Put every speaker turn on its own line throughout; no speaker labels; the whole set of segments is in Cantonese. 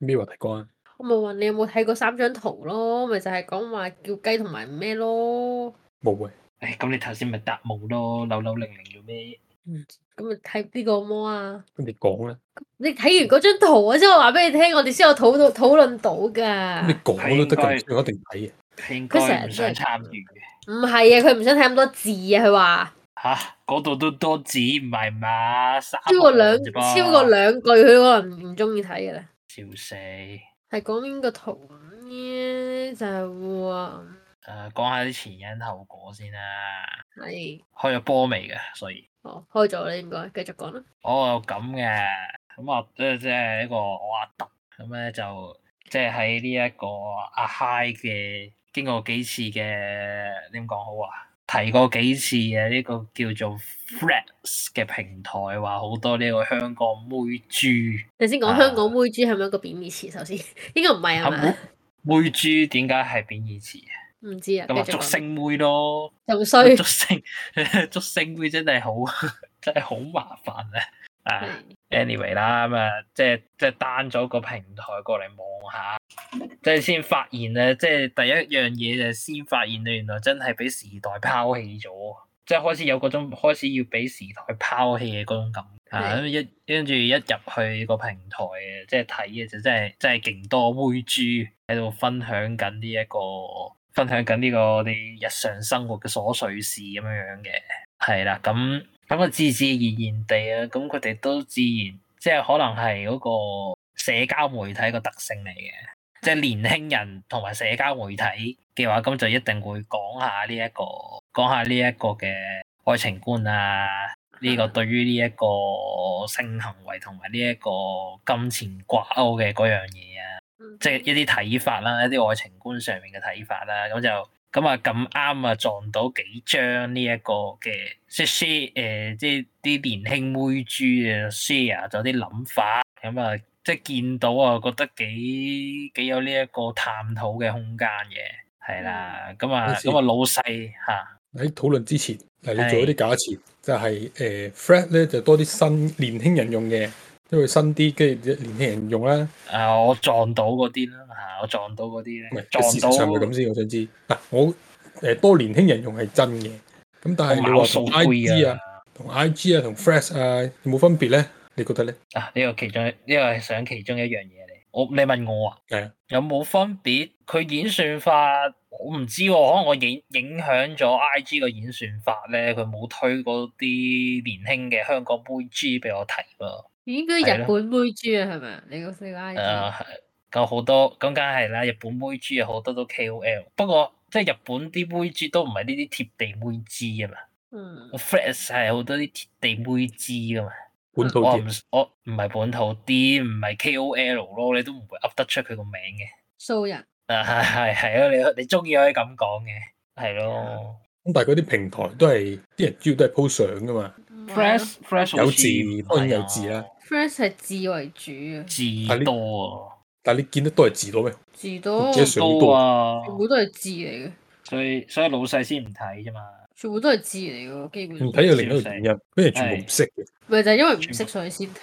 Mirror 睇過啊，
我咪問你有冇睇過三張圖咯，咪就係講話叫雞同埋咩咯，
冇嘅，
唉，咁你頭先咪答冇咯，扭扭零零做咩？
咁咪睇呢個魔啊！
咁你講啦，
你睇完嗰張圖啊，之後話俾你聽，我哋先有討論討論到㗎。
你講都得㗎，唔
係
需要一定睇嘅。
佢應該唔想
佢成日
參與嘅
唔係啊，佢唔想睇咁多字啊，佢話
嚇，嗰度都多字唔係嘛？三
超過兩
行啫噃
超過兩句，佢可能唔中意睇㗎啦。
笑死！
係講邊個圖呢？就係話
誒，講下啲前因後果先啦。
係
開咗波未嘅，所以
哦開咗啦，應該繼續講啦。
我哦有咁嘅，咁啊，即係即係一個我阿特咁咧，就即係喺呢一個阿 High 嘅經過幾次嘅點講好啊？提過幾次嘅呢個叫做 Threads 嘅平台，話好多呢個香港妹豬。
你先講香港妹豬係咪一個貶義詞？首 先應該唔係啊
咁
嘛，
妹豬點解係貶義詞？
唔知啊。
咁啊，
繼
竹
續講哎
升妹咯，
仲衰
竹。升竹升妹真係好 真係好麻煩啊！啊〜
係
anyway 啦，咁啊，即係即係 down 咗個平台過嚟望下，即係先發現咧，即係第一樣嘢就係先發現你原來真係俾時代拋棄咗，即係開始有嗰種開始要俾時代拋棄嘅嗰種感覺。啊，
係
咁一跟住一入去個平台嘅，即係睇嘅就真係真係勁多妹豬喺度分享緊呢一個分享緊呢個我哋日常生活嘅瑣碎事咁樣樣嘅。係啦，咁咁啊，自自然然地啊，咁佢哋都自然，即係可能係嗰個社交媒體個特性嚟嘅，即係年輕人同埋社交媒體嘅話，咁就一定會講下呢、一個講下呢一個嘅愛情觀啊，呢、個對於呢一個性行為同埋呢一個金錢掛鈎嘅嗰樣嘢啊。
嗯
即係一啲睇法啦，一啲愛情觀上面嘅睇法啦，咁就咁啊咁啱啊撞到幾張呢一個嘅即係 share 誒，即係啲年輕妹豬啊 share 咗啲諗法，咁啊即係見到啊覺得幾幾有呢一個探討嘅空間嘅，係啦，咁啊
好似
咁啊老細嚇
喺討論之前，嗱你
係
做一啲假設，就係誒 Fred 咧就多啲新年輕人用嘅，因為新啲，跟住年輕人用啦。
啊我撞到嗰啲啦嚇，我撞到嗰啲
唔
咧
係，
撞
事
到
實上係咪咁先？我想知嗱，我誒多年輕人用係真嘅，咁但係你
我
話
數
同
灰
IG
啊
啊、！同 IG 啊、同 Fresh 啊有冇分別咧？你覺得咧？
啊，呢個其中一呢個係想其中一樣嘢嚟。我你問我啊，
係啊，
有冇分別？佢演算法我唔知喎，可能我影影響咗 I G 個演算法咧，佢冇推嗰啲年輕嘅香港妹 G 俾我睇喎。
應該
係
日
咯
本妹豬啊，係咪啊？你個四個 I
誒、咁好多咁梗係啦，日本妹 G 有好多都 K O L，不過即係日本啲妹 G 都唔係呢啲貼地妹 G 啊嘛
嗯，
，Flash 係好多啲貼地妹 G 噶嘛。
本土
我
啲
唔我唔係本土啲，唔係 KOL 咯，你都唔會噏得出佢個名嘅。
素人
啊，係係係咯，你你中意可以咁講嘅，係咯。
咁，但係嗰啲平台都係啲人主要都係 po 相噶嘛，
Fresh Fresh
有字當然有字啦，
fresh 係字為主啊，
但
字
呢
多啊，
但係你見得多係字多咩？
字多
即係
全
上多
多啊，
部都係字嚟嘅，
所以所以老細先唔睇啫嘛。
全部都係字嚟嘅，基本
唔
上
睇有另一個原因，嗰啲人全部唔識嘅。
咪就係因為唔
全
識所以先睇，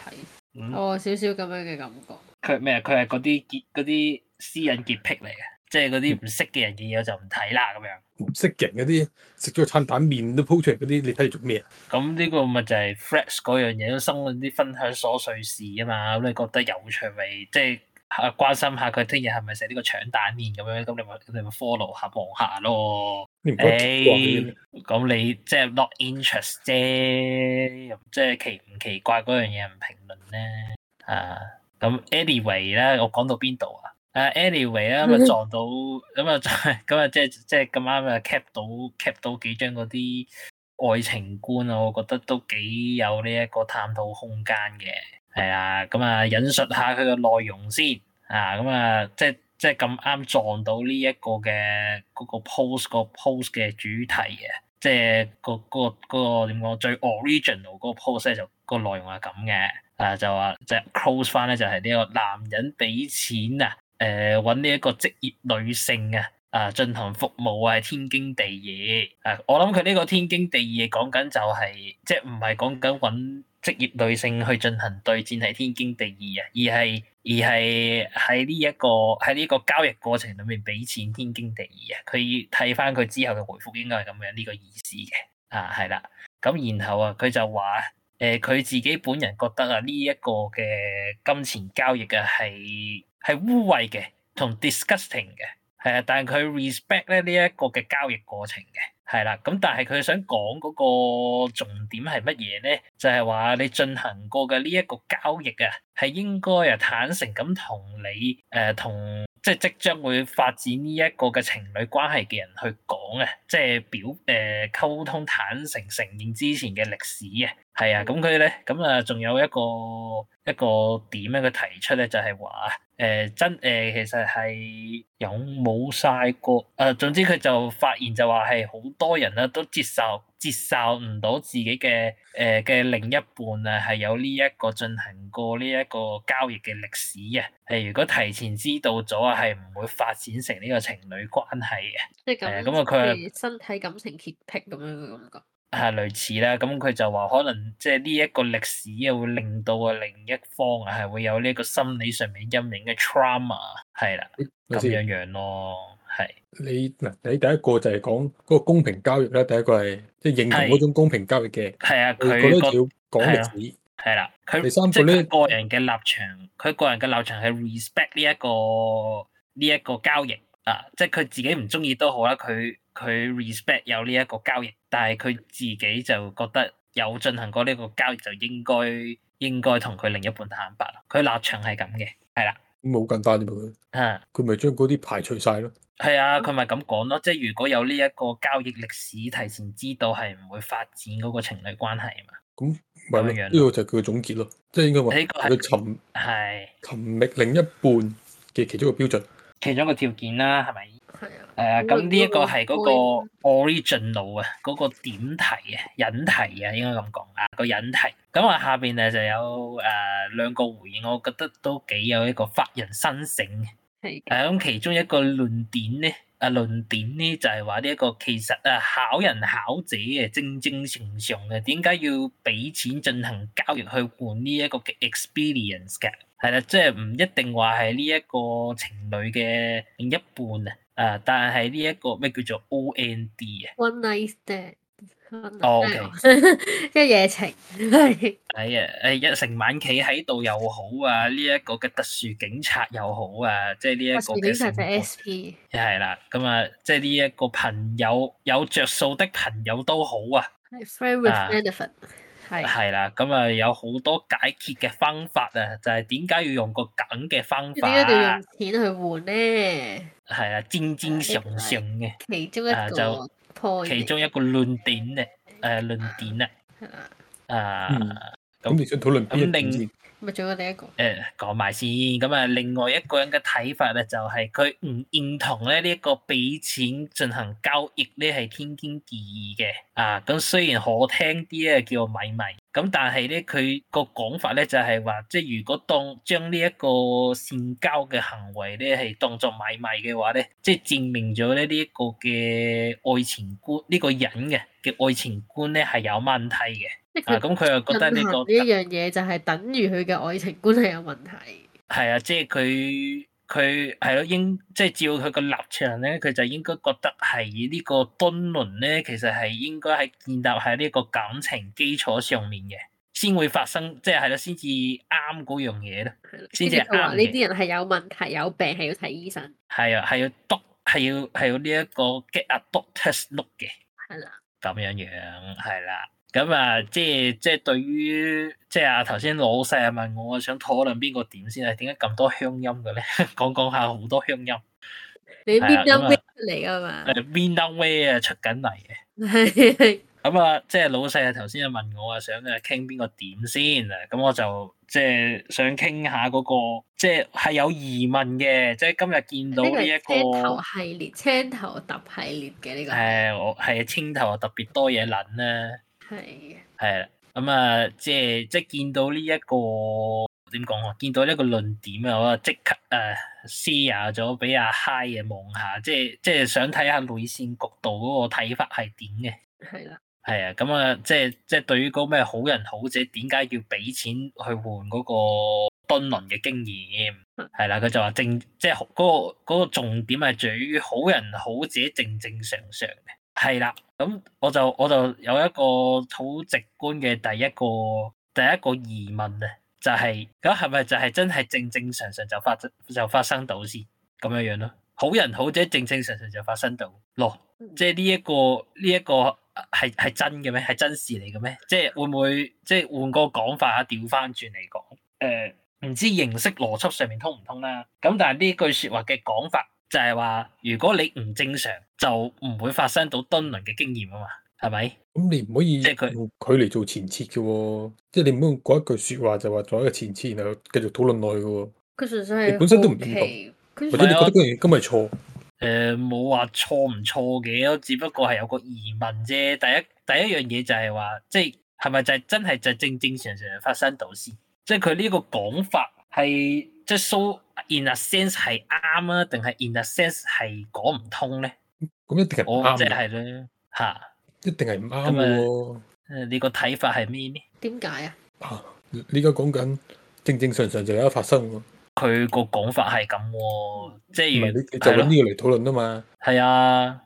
嗯，
我有少少咁樣嘅感覺。
佢咩？啊佢係嗰啲潔嗰啲私隱潔癖嚟嘅，即係嗰啲唔識嘅人嘅嘢我就唔睇啦咁樣。
唔識嘅人嗰啲食咗個餐蛋面都 po 出嚟嗰啲，你睇嚟做咩啊？
咁呢個咪就係 Flash 嗰樣嘢，生活啲分享瑣碎事啊嘛。咁你覺得有趣咪即係啊關心下佢聽日係咪食呢個腸蛋麵咁樣，咁你咪你咪 follow 下望下咯。
你唔覺得奇怪嘅
誒
咩？，
咁你即係 not interest 啫，又即係奇唔奇怪嗰樣嘢唔評論咧。啊，咁 anyway 啦，我講到邊度啊？誒 anyway 啦，咁啊撞到咁啊， 咁啊即係即係咁啱啊 cap 到 cap 到幾張嗰啲愛情觀啊，我覺得都幾有呢一個探討空間嘅。係啊，咁啊引述下佢嘅內容先啊，咁啊即係即係咁啱撞到呢一個嘅嗰、個 post 個 post 嘅主題啊嘅，即係、個嗰、個嗰、個點講最 original 嗰個 post 咧就、個內容係咁嘅，啊就話即係 close 翻咧就係呢個男人俾錢啊，誒揾呢一個職業女性啊。啊！進行服務啊，係天經地義。啊，我諗佢呢個天經地義講緊就係、即係唔係講緊揾職業女性去進行對戰係天經地義啊，而係而係喺呢一個喺呢個交易過程裏面俾錢天經地義啊。佢睇翻佢之後嘅回覆應該係咁樣呢個意思嘅啊，係啦。咁然後啊，佢就話誒佢自己本人覺得啊呢一個嘅金錢交易啊係係污穢嘅同 disgusting 嘅。係啊，但係佢 respect 咧呢一個嘅交易過程嘅，係啦。咁但係佢想講嗰個重點係乜嘢咧？就係話你進行過嘅呢一個交易啊，係應該啊坦誠咁同你誒同即係即將會發展呢一個嘅情侶關係嘅人去講啊，即係表誒溝通坦誠承認之前嘅歷史啊。係啊，咁佢咧咁啊，仲有一個一個點咧，佢提出咧就係話。誒、呃真誒、其實係有冇晒過誒、呃總之佢就發現就話係好多人啦，都接受接受唔到自己嘅誒嘅另一半啊，係有呢一個進行過呢一個交易嘅歷史啊。係如果提前知道咗啊，係唔會發展成呢個情侶關係嘅。
即係咁
係啊
樣，
咁啊佢係
即係身體感情潔癖咁樣嘅感覺。
係啊類似啦，咁佢就話可能即係呢一個歷史啊，會令到啊另一方啊係會有呢個心理上面陰影嘅 trauma，係啊啦，咁
咪先
樣樣咯，係。
你嗱，你第一個就係講嗰個公平交易啦，第一個係即係認同嗰種公平交易嘅，
係啊，
佢
佢
覺得
覺
要講歷史，
係啦，佢
第三個
即係
咧
佢個人嘅立場，佢個人嘅立場係 respect 呢一個呢一個交易啊，即係佢自己唔中意都好啦，佢佢 respect 有呢一個交易，但係佢自己就覺得有進行過呢個交易就應該應該同佢另一半坦白啦，佢立場係咁嘅，係啦，
咁好簡單啫嘛佢，
嗯。
佢咪將嗰啲排除晒咯。
係啊，佢咪咁講咯，即係如果有呢一個交易歷史，提前知道係唔會發展嗰個情侶關係嘛。
咪
咁
咪
樣
呢個就係佢嘅總結咯，即係應該話
呢個
佢
係
尋
係
尋覓另一半嘅其中一個標準。
其中一個條件啦，係咪？
係啊，
誒、呃咁呢一個係嗰個
嗯
original 啊，嗰、個點題啊，引題啊，應該咁講啊，個引題。咁啊，下邊咧就有誒、兩個回應，我覺得都幾有一個發人深省嘅。
係嘅
誒啊咁其中一個論點咧，啊論點咧就係話呢一個其實啊考人考者嘅正正常常嘅，點解要俾錢進行交易去換呢一個嘅 experience 嘅？係啦，即係唔一定話係呢一個情侶嘅另一半啊，啊但係呢一個咩叫做 OND 啊？
one night stand。
哦
嗯一夜情係
哎呀，誒一成晚企喺度又好啊，呢、一個嘅特殊警察又好啊，即係呢一
我
個
前年就
嘅
隻
成功
SP，
係啦，咁啊，即係呢一個朋友有着數的朋友都好啊，
係 friend
啊
with benefit，係
係啦，咁啊有好多解決嘅方法啊，就係點解要用個梗嘅方
點解一定要
法啊
用？錢去換咧？
係啊，戰戰常常嘅，
其中一
啊就
個 point，
其中一個論點咧，誒論點啊，
係啦
啊
嗯咁你想討論邊一點先？
咪仲有另一個
誒講埋先，咁啊另外一個人嘅睇法咧就係佢唔認同咧呢一個俾錢進行交易咧係天經地義嘅啊，咁雖然可聽啲咧叫米米，咁但係咧佢個講法咧就係話，即係如果當將呢一個善交嘅行為咧係當作買賣嘅話咧，即係證明咗咧呢一個嘅愛情觀呢、個人嘅嘅愛情觀咧係有問題嘅
即
啊，
係佢
咁佢又覺得呢、
進行
個
呢一樣嘢就係等於佢嘅愛情觀係有問題，
係啊，即係佢佢係咯，應即係照佢個立場咧，佢就應該覺得係呢個敦倫咧，其實係應該係建立喺呢個感情基礎上面嘅，先會發生，即係係咯，先至啱嗰樣嘢咯。
係啦
先至
跟住佢話
啱
呢
嘅
啲人係有問題、有病，係要睇醫生，
係啊，係要督，係要係要呢一個 get a doctor's note 嘅。
係啦，
咁樣樣係啦。咁啊，即係即係對於即係啊頭先老細啊問我想討論邊個點先啊？點解咁多鄉音嘅咧？ 講講下好多鄉音，
你邊
係啊咁
有
啊
邊出嚟噶嘛？
誒 w i n d o w way 啊出緊嚟嘅。
係係
咁啊，即係老細啊頭先啊問我啊想啊傾邊個點先啊？咁我就即係想傾下嗰、個，即係係有疑問嘅。即係今日見到
呢個
呢一
係
個
青頭啊系列、青頭揼系列嘅呢個係
誒，我係青頭啊特別多嘢諗咧。
係嘅
係啦，咁啊，即係即係見到呢、一個點講啊，見到呢個論點啊，我啊即刻誒 share 咗俾阿 Hi 啊嘅望下，即係即係想睇下內線局度嗰個睇法係點嘅。
係啦，
係啊，咁啊，即係即係對於嗰咩好人好者，點解要俾錢去換嗰個敦倫嘅經驗？係啦，佢就話正即係嗰、個嗰個重點係在於好人好者正正常常嘅。係啦，咁我就我就有一個好直觀嘅第一個第一個疑問啊，就係咁係咪就係真係正正常常就發就發生到先咁樣樣咯？好人好者正正常常就發生到咯。即係呢一個呢一、個係係真嘅咩？係真事嚟嘅咩？即係會唔會即係換個講法啊？調翻轉嚟講，誒、唔知形式邏輯上面通唔通啦。咁但係呢句説話嘅講法就係話，如果你唔正常，就唔會發生到敦倫嘅經驗啊嘛，係咪？
咁你唔可以
即係佢
用佢嚟做前設嘅喎，即係你唔好用嗰一句説話就話做一個前設，然後繼續討論落去嘅喎。
佢純粹係
你本身都唔
好
認
奇，佢
或者
純
你
係
覺
啊
得嗰樣嘢根本係錯，
誒呃冇話錯唔錯嘅，只不過係有個疑問啫。第一第一樣嘢就係話，即係係咪就係真係就正正常常發生到先？即係佢呢個講法係即係 so in a sense 係啱啊，定係 in a sense 係講唔通咧？
咁一定係唔
我即
啱嘅，
係咧嚇，
一定係唔啱
咁
嘅
啊
喎。
誒你個睇法係咩呢？
點解啊？
啊，你而家講緊正正常常就有得發生喎，
佢個講法係咁喎，即
唔係
嗯係如
你你就
係
揾
咯，
呢個嚟討論啊嘛。
係啊，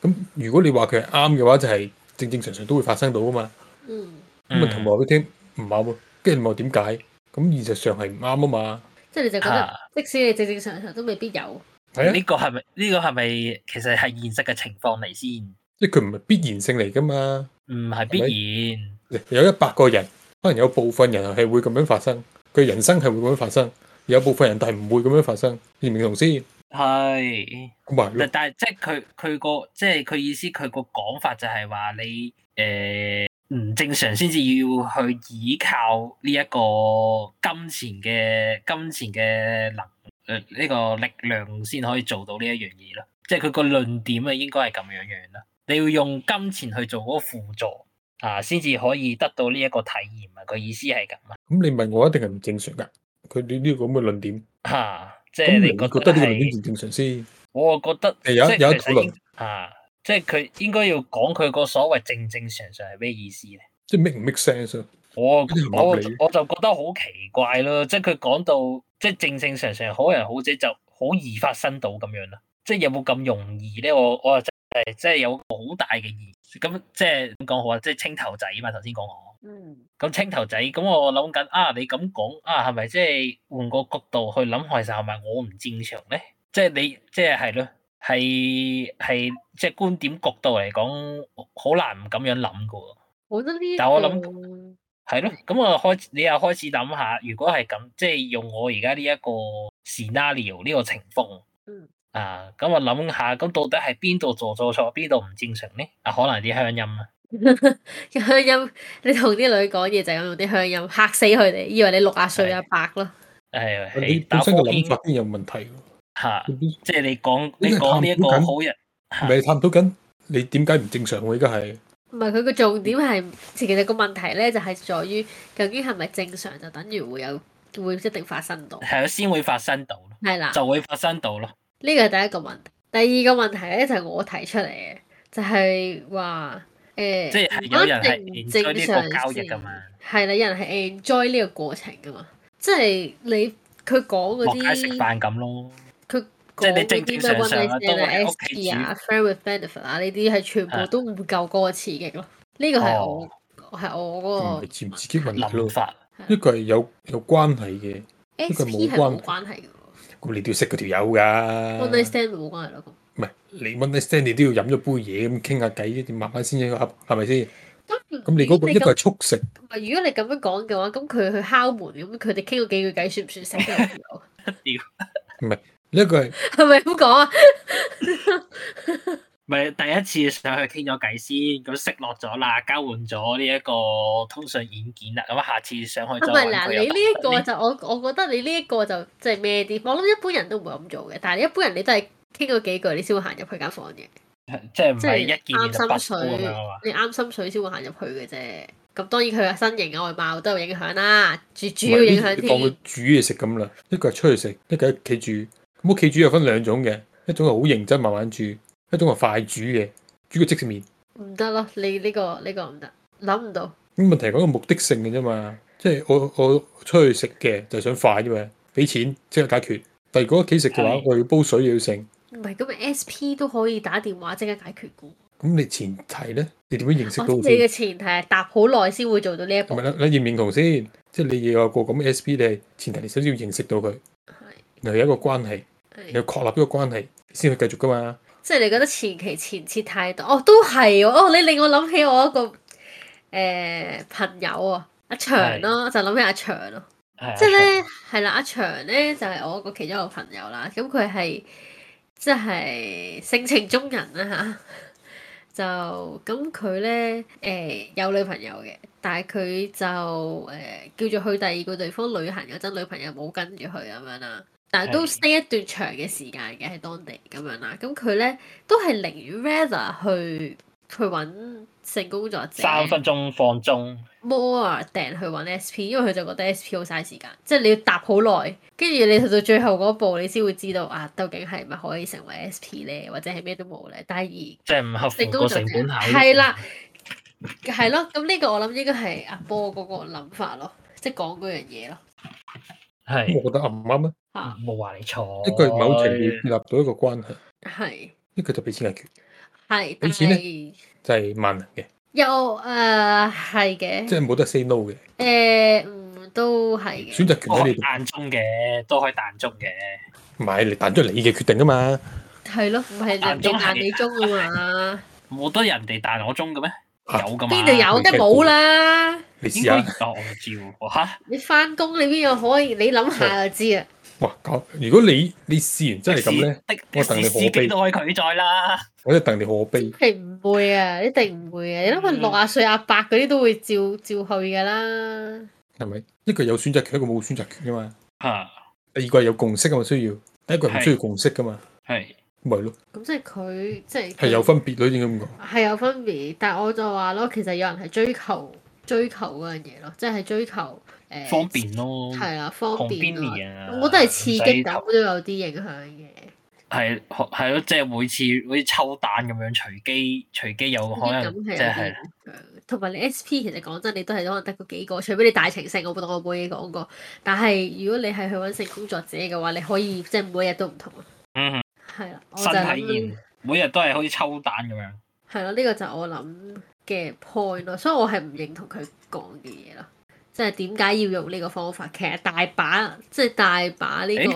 咁如果你話佢係啱嘅話，就係正正常常都會發生到啊嘛。
嗯，
咁啊咪同埋
嗯
話俾你聽唔啱喎，跟住你話點解？咁現實上係唔啱啊嘛。
即係你就覺
嚇
得，即使你正正常常都未必有，
係啊，
呢個係咪呢個係咪其實係現實嘅情況嚟先？
即係佢唔係必然性嚟噶嘛。
唔係必然。
有一百個人，可能有部分人係會咁樣發生，佢人生係會咁樣發生。有部分人但係唔會咁樣發生，認唔認同先？
係，
咁咪係
但
咯
但係即係佢佢個即係佢意思，佢個講法就係話你誒唔、正常先至要去依靠呢一個金錢嘅金錢嘅能誒呢、個力量先可以做到呢一樣嘢咯。即係佢個論點啊，應該係咁樣樣啦。你要用金錢去做嗰個輔助啊，先至可以得到呢一個體驗啊。佢意思係咁啊，
咁你問我一定係唔正常㗎。佢哋呢個咁嘅論點，
嚇！即係
咁
你
你
覺
覺
得
得呢個論
係
點。唔正常先？
我覺得
誒有
即
一
係
有一
其實
討論
應啊，即係佢應該要講佢個所謂正正常常係咩意思咧？
即係 make 唔 make sense 啊？
我
呢條
我
合理
我就覺得好奇怪咯，即係佢講到即係正正常常好人好者就好易發生到咁樣啦，即係有冇咁容易咧？我我就係即係有好大嘅疑，咁即係點講好啊？即係青頭仔嘛，頭先講我。
嗯，
咁青頭仔，咁我諗緊啊，你咁講啊，係咪即係換個角度去諗，其實係咪我唔正常咧？即係你即係係咯，係係即係觀點角度嚟講，好難唔咁樣諗噶喎。
我覺得呢一
但我諗
個
係咯，咁我開始你又開始諗下，如果係咁，即係用我而家呢一個 scenario 呢個情況，
嗯
啊，咁我諗下，咁到底係邊度做做錯，邊度唔正常咧？啊，可能啲鄉音啊。
鄉音，你同啲女講嘢就係咁用啲鄉音嚇死佢哋，以為你六啊歲阿伯咯。
係
你
係打
本身嘅
科
諗
研
法已經有問題喎。
嚇，
你本
即係你講
你
你
係
講呢一
探討
個
緊
好人。
咪係探討緊你點解唔正常喎？而家係
唔係佢個重點係，其實個問題咧就係在於究竟係咪正常就等於會有會一定發生到，
係啊，先會發生到咯，
係啦，
就會發生到咯。
呢個係第一個問題。第二個問題咧就係我提出嚟嘅，就係話誒，
即係有人係
唔一定
enjoy 呢個交易噶嘛，
係啦，有人係 enjoy 呢個過程噶嘛，即係你佢講嗰
落街食
啲。
飯咁咯。即
係
係你正正常常啊都喺屋企
S 啊，friend with benefit 啊，呢啲係全部
啊
都唔夠嗰個刺激咯。呢個係我
哦
係
唔
我嗰個
係嗯自唔自己問題
諗
咯？
法
一個係有有關係嘅，呢個
SP
冇
係
關
冇關係嘅喎
咁你都要識嗰條友
，one night
㗎。
stand 冇關係咯。咁
唔係你 one night stand，你都要飲咗杯嘢咁傾下偈，你慢慢先一個噏，係咪先？
咁
咁你嗰個一個係
咁
速食，
唔係如果你咁樣講嘅話，咁佢去敲門咁，佢哋傾咗幾句偈，算唔算識嘅？
呢一個係
係咪咁講啊？
咪第一次上去傾咗偈先，咁識落咗啦，交換咗呢一個通訊軟件啦，咁下次上去
唔
再
係
揾
啊嗱，
佢啊
你
又
呢一個就我我覺得你呢一個就即係咩啲？我諗一般人都唔會咁做嘅，但係一般人你都係傾咗幾句，你先會行入去間房嘅。
即係唔
即
係
係
一見面就不
啱心
咁
水
樣啊嘛。，
你啱心水先會行入去嘅啫。咁當然佢嘅身形啊、外貌都有影響啦，主主要影響
你當佢
添。
煮嘢食咁啦，一個係出去食，一個喺屋企煮。咁屋企煮有分兩種嘅，一種係好認真慢慢煮，一種係快煮嘅，煮個即食麵。
唔得咯，你呢、個呢、個唔得，諗唔到。
咁問題係講個目的性嘅啫嘛，即係我我出去食嘅就係想快啫嘛，俾錢即刻解決。但如果屋企食嘅話
係，
我又要煲水又要剩，
唔係咁，SP 都可以打電話即刻解決嘅。
咁你前提咧，你點樣認識
我
到
知
先？
你嘅前提係搭好耐先會做到呢一
係
步
咪。啦？你認唔認同先？即係你要有個咁嘅 SP，你係前提你首先要認識到佢，
係
然後有一個關係，你要
係，
確立呢個關係先去繼續噶嘛。
即係你覺得前期前設太多，哦都係喎，哦你令我諗起我一個誒、呃朋友啊，阿長咯，就諗起阿長咯。
係啊
即係咧，係啦，阿長咧就係、我個其中一個朋友啦。咁佢係即係性情中人啦吓，就咁佢咧誒有女朋友嘅，但係佢就誒、叫做去第二個地方旅行嗰陣，女朋友冇跟住佢咁樣啦。但係都
係
stay 一段長嘅時間嘅喺當地咁樣啦。咁佢咧都係寧願 rather 去去揾性工作者。
三分鐘放鐘，
more 啊訂去揾 SP，因為佢就覺得 SP 好嘥時間，即係你要搭好耐，跟住你去到最後嗰步，你先會知道啊，究竟係咪可以成為 SP 咧，或者係咩都冇咧。但係
即係唔合乎哦個成本效益。啊
係啦，而係咯，咁呢個我諗應該係阿波嗰個諗法咯，即係講嗰樣嘢咯
咁
係啊
我覺得啱唔啱咧？
嚇，
冇話你錯。
一句某程度建立到一個關係，
係
一句就俾錢解決，
係，但
咁錢呢
係
就係萬能嘅，
又誒呃係嘅，
即係冇得 say no 嘅，
誒嗯都係
選擇
嘅，
權
都
喺
可
你
以
度，
彈中嘅，都可以彈中嘅。
唔係你彈咗你嘅決定啊嘛。
係咯，唔係人哋難你中啊嘛，
冇得人哋彈我中嘅咩？
啊
有噶嘛？
邊度有得冇啦？
你試
應該
下
有，照 嚇。
你翻工你邊有可以？你諗下就知啊。
哇！搞，如果你你試完真係咁咧，
的
我
的
戥你
士司
可悲
機都可以拒載啦。
我就戥你可悲。
係唔會啊，一定唔會啊！你諗下
嗯
六啊歲阿伯嗰啲都會照照去噶啦。
係咪？一個有選擇權，一個冇選擇權噶嘛。
嚇，
第二個係有共識噶嘛，需要；第一個係唔需要共識噶嘛，
係
咪係咯，
咁即係佢即係
係有分別咯，應該咁講。
係有分別，但我就話咯，其實有人係追求追求嗰樣嘢咯，即係追求誒
方便咯。
係啦，方便啊。
convenient 啊
我覺得係刺激感
唔
都有啲影響嘅。
係係咯，即係每次好似抽蛋咁樣隨機隨機有可能
刺
即
激感係有啲
係
影響同埋你 SP 其實講真，你都係可能得嗰幾個，除非你大情聖，我當我冇嘢講過。但係如果你係去揾性工作者嘅話，你可以即係每日都唔同啊。
嗯哼
係啦，我就
新體
係諗
驗，每日都係好似抽蛋咁樣。
係咯，呢、個就我諗嘅 point 咯，所以我係唔認同佢講嘅嘢咯。即係點解要用呢個方法？其實大把，即係大把呢個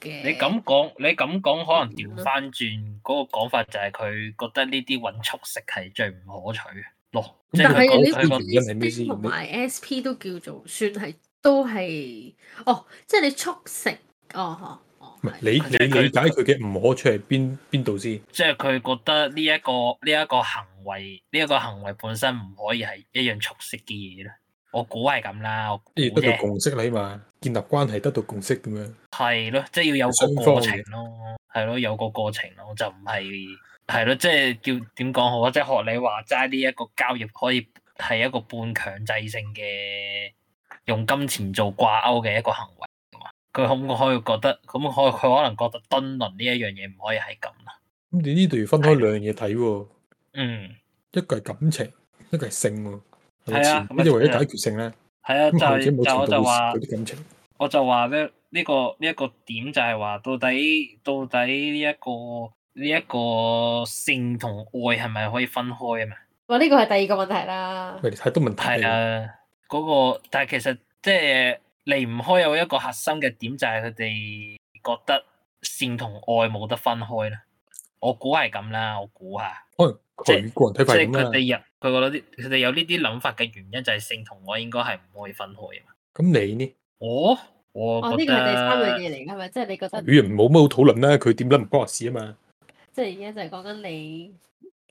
嘅。
你咁講，你咁講可能
啊
調翻轉嗰個講法就係佢覺得呢啲揾速食係最唔可取嘅咯。即係
但
佢
係
講佢
個
講
原因係咩先
你同埋 SP 都叫做算係都係哦，即係你速食哦哦哦
唔係
係
你你理解佢嘅唔可取係邊邊度先？
即係佢覺得呢、一個呢一、個行為呢一、個行為本身唔可以係一樣速食嘅嘢咧。我估係咁啦，我估
要得到
啫，
共識啦嘛，建立關係得到共識咁樣。
係咯，即係要有
雙
個
方
過程咯，係咯，有個過程咯，就唔係係咯，即係叫點講好啊？即係學你話齋呢一個交易可以係一個半強制性嘅用金錢做掛鈎嘅一個行為㗎嘛。佢可唔可以覺得咁可佢可能覺得敦倫呢一樣嘢唔可以係咁啦？
咁你呢度要分開兩樣嘢睇喎，
嗯，
一個係感情，一個係性喎。係咪
係啊
前者就為咗解決性咧，
係啊，就
咁後
係
者冇
就
程度
我就
會涉
話
及。啲感情。
我就話咧，呢、個呢一、個點就係話，到底到底呢、一個呢一、個性同愛係咪可以分開啊？嘛，
哇！呢個係第二個問題啦。
喂，你太多問題
係
啦。
啊，嗰、個但係其實即係離唔開有一個核心嘅點，就係佢哋覺得性同愛冇得分開啦。我估係咁啦，我估下，
可能佢個人睇
即
法係
係
咁啦。
佢哋有佢覺得啲佢哋有呢啲諗法嘅原因就係性同愛應該係唔可以分開啊嘛。
咁你呢？
我我
哦，
覺
呢個係第三樣
得
嘢嚟㗎，係咪？即係你覺得，
語言冇乜好討論啦，佢點諗唔關我事啊嘛。
即係而家就係講緊你，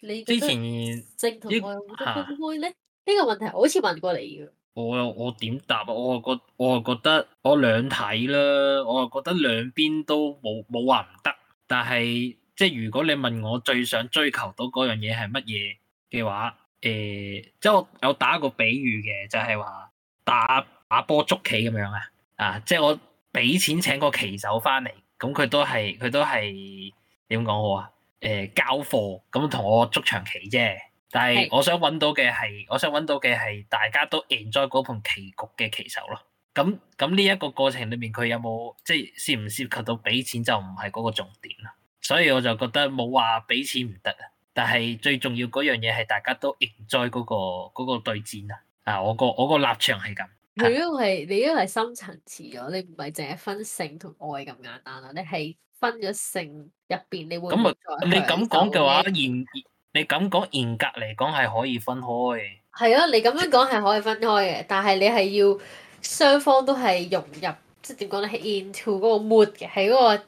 你
之
覺得
前。
性同愛
呢
冇
嚇
得分開咧？呢個問題我好似問過你嘅。
我我點答啊？我覺我又覺得我兩睇啦，我又覺得兩邊都冇冇話唔得，但係即係如果你問我最想追求到嗰樣嘢係乜嘢嘅話，誒、即係我有打個比喻嘅，就係話打打波捉棋咁樣啊，啊，即係我俾錢請個棋手翻嚟，咁佢都係佢都係點講好啊？誒、交貨咁同我捉場棋啫。但係
係
我想揾到嘅係，我想揾到嘅係大家都 enjoy 嗰盤棋局嘅棋手咯。咁咁呢一個過程裏面，佢有冇即係涉唔涉及到俾錢就唔係嗰個重點啦。所以我就覺得冇話俾錢唔得啊，但係最重要嗰樣嘢係大家都 enjoy 嗰、個嗰、個對戰啊。啊，我個我個立場係咁。
你因為你因為深層次咗，你唔係淨係分性同愛咁簡單啦，你係分咗性入邊，你會
咁啊
啊
你咁講嘅話，嚴你咁講嚴格嚟講係可以分開。
係啊，你咁樣講係可以分開嘅，但係你係要雙方都係融入，即係點講咧？係 into 嗰個 mood 嘅，係嗰個
誒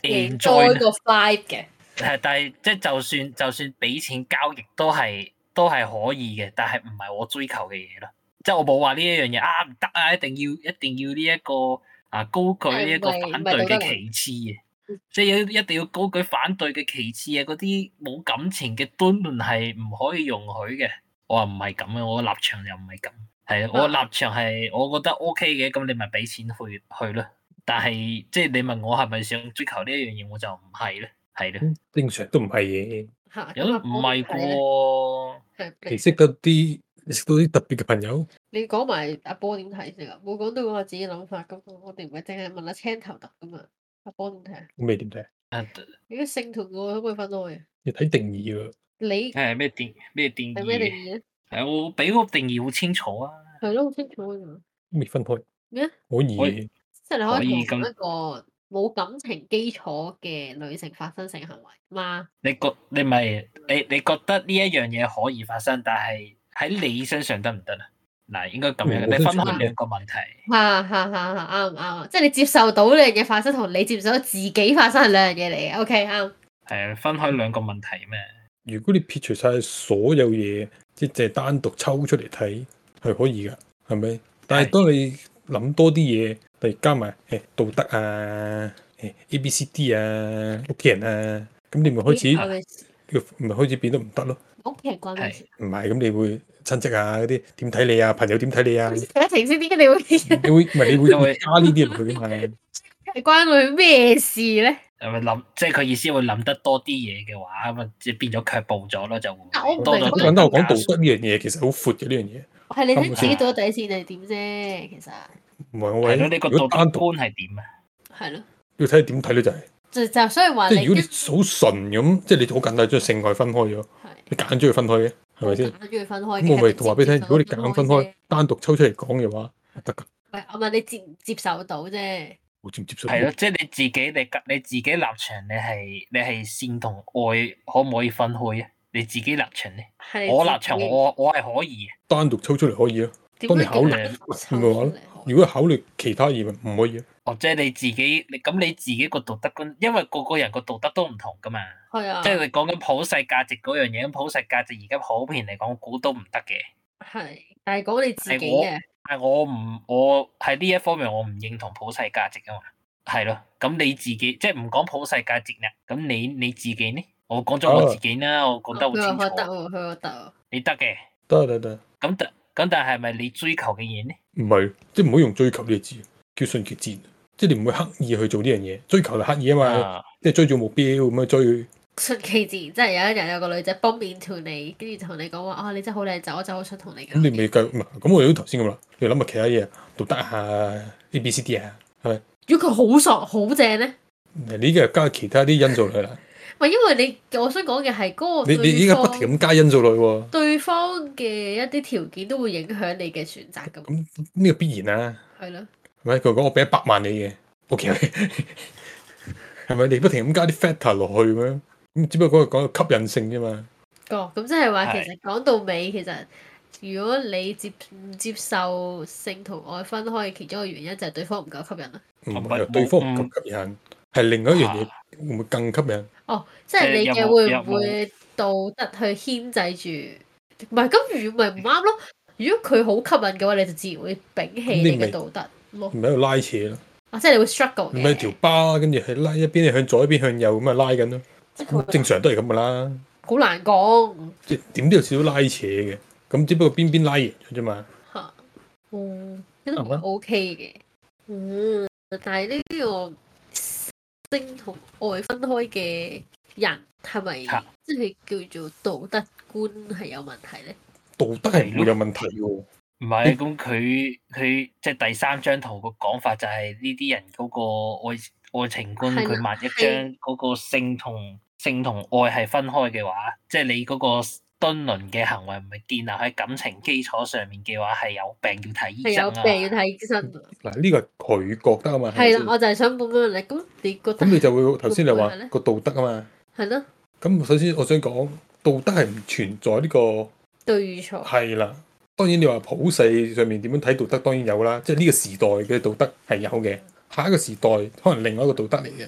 enjoy
enjoy
個 vibe 嘅。
係，但係即係就算就算俾錢交易都係都係可以嘅，但係唔係我追求嘅嘢啦。即係我冇話呢一樣嘢啊唔得啊，一定要一定要呢、一個啊高舉呢一個
誒唔係
反
唔係
對
道德
嘅旗幟嘅，即係要一定要高舉反對嘅旗幟啊！嗰啲冇感情嘅端論係唔可以容許嘅。我話唔係咁嘅，我立場又唔係咁，係啊我立場係我覺得 O K 嘅，咁你咪俾錢去去咯。但係即係你問我係咪想追求呢一樣嘢，我就唔係咧，係咧。
正常都唔係嘅。
嚇啊
有得唔係？
你
咁阿波點睇咧係
喎，
識得啲你識到啲特別嘅朋友，
你你講埋阿波點睇先啦，冇講到我自己諗法咁，我哋唔係淨係問阿青頭特噶嘛。阿波點睇啊？
咁你點睇？
誒
你嘅性同愛可唔可以分開啊？
要睇定義喎。
你
誒咩定咩定
係咩定
義？
義咧？
誒我俾個定義好清楚啊，
係咯，好清楚㗎嘛。
未分開
咩
可以
可
嘅，
即係你
可
可
以
以同
咁
一個冇感情基礎嘅女性發生性行為嘛？
你覺你咪你你覺得呢一樣嘢可以發生，但係喺你身上得唔得啊？嗱，應該咁樣，
嗯
你
我都
分
覺
開
得
兩個問題，
嚇嚇嚇嚇啱啱啊！即係你接受到呢樣嘢發生，同你接受到自己發生係兩樣嘢嚟嘅。OK 啱。
係分開兩個問題咩？
如果你撇除晒所有嘢，即係淨係單獨抽出嚟睇，係可以噶，係咪？但係當你諗多啲嘢，例如加埋誒道德啊、誒 A、B、C、D 啊、屋企人啊，咁你咪開
咦
始
關咩事
咪開始變得唔得咯。
屋企人關咩
係
事？
唔係咁，你會親戚啊嗰啲點睇你啊，朋友點睇你啊，
停一停先，點解你會
你會唔係你會
因為
加呢啲入去噶嘛？
係關佢咩事咧？
係咪諗即係佢意思會諗得多啲嘢嘅話，咁啊即係變咗卻步咗咯，就會
啊但我唔
多
明
咗
我
白
簡單我講
加數
道德呢樣嘢，其實好闊嘅呢樣嘢。
係你睇
咁
自己到底底線係點啫，其實
唔係我
係咯，
話，
你個
如
道
果
德
單獨
觀係點啊？
係咯，
要睇你點睇咧，就係
就就所以話
即
啊你
係如果
一
你好純咁，即係你好簡單將性愛分開咗，
係
你揀咗佢分開嘅，係咪先？
揀咗佢分開
咁
嘅，
我咪同話俾你聽，如果你揀分
啫
開，單獨抽出嚟講嘅話，得㗎，
唔係我問你接唔接受到啫，
我接唔接受？
係咯，即係你自己你格你自己立場，你係你係善同愛可唔可以分開啊？你自己立場咧，
係
我立
自己
場我我係可以嘅，
單獨抽出嚟可以咯，
點
當你
樣
考
慮
揀
咪話咯如果考慮其他嘢咪唔可以啊咯。
哦，即係你自己你咁你自己個道德觀，因為個個人個道德都唔同噶嘛，
係啊，
即係你講緊普世價值嗰樣嘢，咁普世價值而家普遍嚟講估都唔得嘅，
係，但係講你自己
係我
嘅，
但係我唔我喺呢一方面我唔認同普世價值啊嘛，係咯，咁你自己即係唔講普世價值啦，咁你你自己呢？我講咗我自己啦，我
哦
覺得好
佢話
清
佢得
楚，
喎，佢話得
你得嘅。
得得得，
咁但咁但係咪你追求嘅嘢呢？
唔係即係唔好用追求呢個字，叫順其自然。即係你唔會刻意去做呢樣嘢，追求就刻意啊嘛，
啊，
即係追住目標咁去追。
喎，順其自然，即係有一日有個女仔 bump into 你，跟住同你講話，啊你真係好靚仔，我真係好想同你
咁你
咁。
咪繼續唔係咁我哋都頭先咁啦，你諗下其他嘢，道德啊、A、B、C、D 啊，
如果佢好索好正咧，
嗱你依家又加其他啲因素落去啦，
唔係因為你我想講嘅係嗰個
你你依
對
家
方
不停咁加因素落去喎，
對方嘅一啲條件都會影響你嘅選擇咁，
咁呢個必然啦、啊，
係咯，
係咪？佢講我俾一百萬你嘅，OK，係咪？你不停咁加啲 factor 落去咁樣，咁只不過講個吸引性啫嘛，
哦，咁即係話其
係
實講到尾，其實如果你接唔接受性同愛分開嘅其中一個原因就係對方唔夠吸引啦。
唔係
唔係
啊對方唔
冇嗯
夠吸引，係另外一樣嘢
啊
會唔會更吸引？
哦，即係你
即係
嘅
有冇
會
有
唔
冇
會道德去牽制住？唔係咁，如果咪唔啱咯。如果佢好吸引嘅話，你就自然會摒
你
棄你嘅
咪
道德咯。
唔係喺度拉扯咯，
啊，即係你會 struggle
唔係
嘅。
條巴跟住係拉一邊係向左一邊向右咁啊拉緊咯，
即係佢
正常都係咁噶啦。
好難講
即係點都有少少拉扯嘅，咁只不過邊邊拉贏咗啫嘛。
嚇。嗯，都唔
係咪
係 OK 嘅。嗯，但係呢個性同愛分開嘅人係咪
嚇
即係叫做道德觀係有問題咧？
道德係會有問題喎。
唔係，咁佢佢即係第三張圖個講法就係呢啲人嗰個愛愛情觀，
係啦
佢萬一
係
將嗰個性同性同愛係分開嘅話，即係你嗰個敦倫嘅行為唔係建立喺感情基礎上面嘅話，係有病要睇醫
係
生
有
啊！
病要睇醫生啊。
嗱，呢個係佢覺得啊嘛。
係
咪
啦，我就係想咁樣你，咁你覺得
先咁你就會頭先你
會唔會係
話
咧
個道德啊嘛。
係咯？
咁首先我想講道德係唔存在呢個
對與錯
係啦。當然你話普世上面點樣睇道德，當然有啦。即係呢個時代嘅道德係有嘅，下一個時代可能另外一個道德嚟嘅。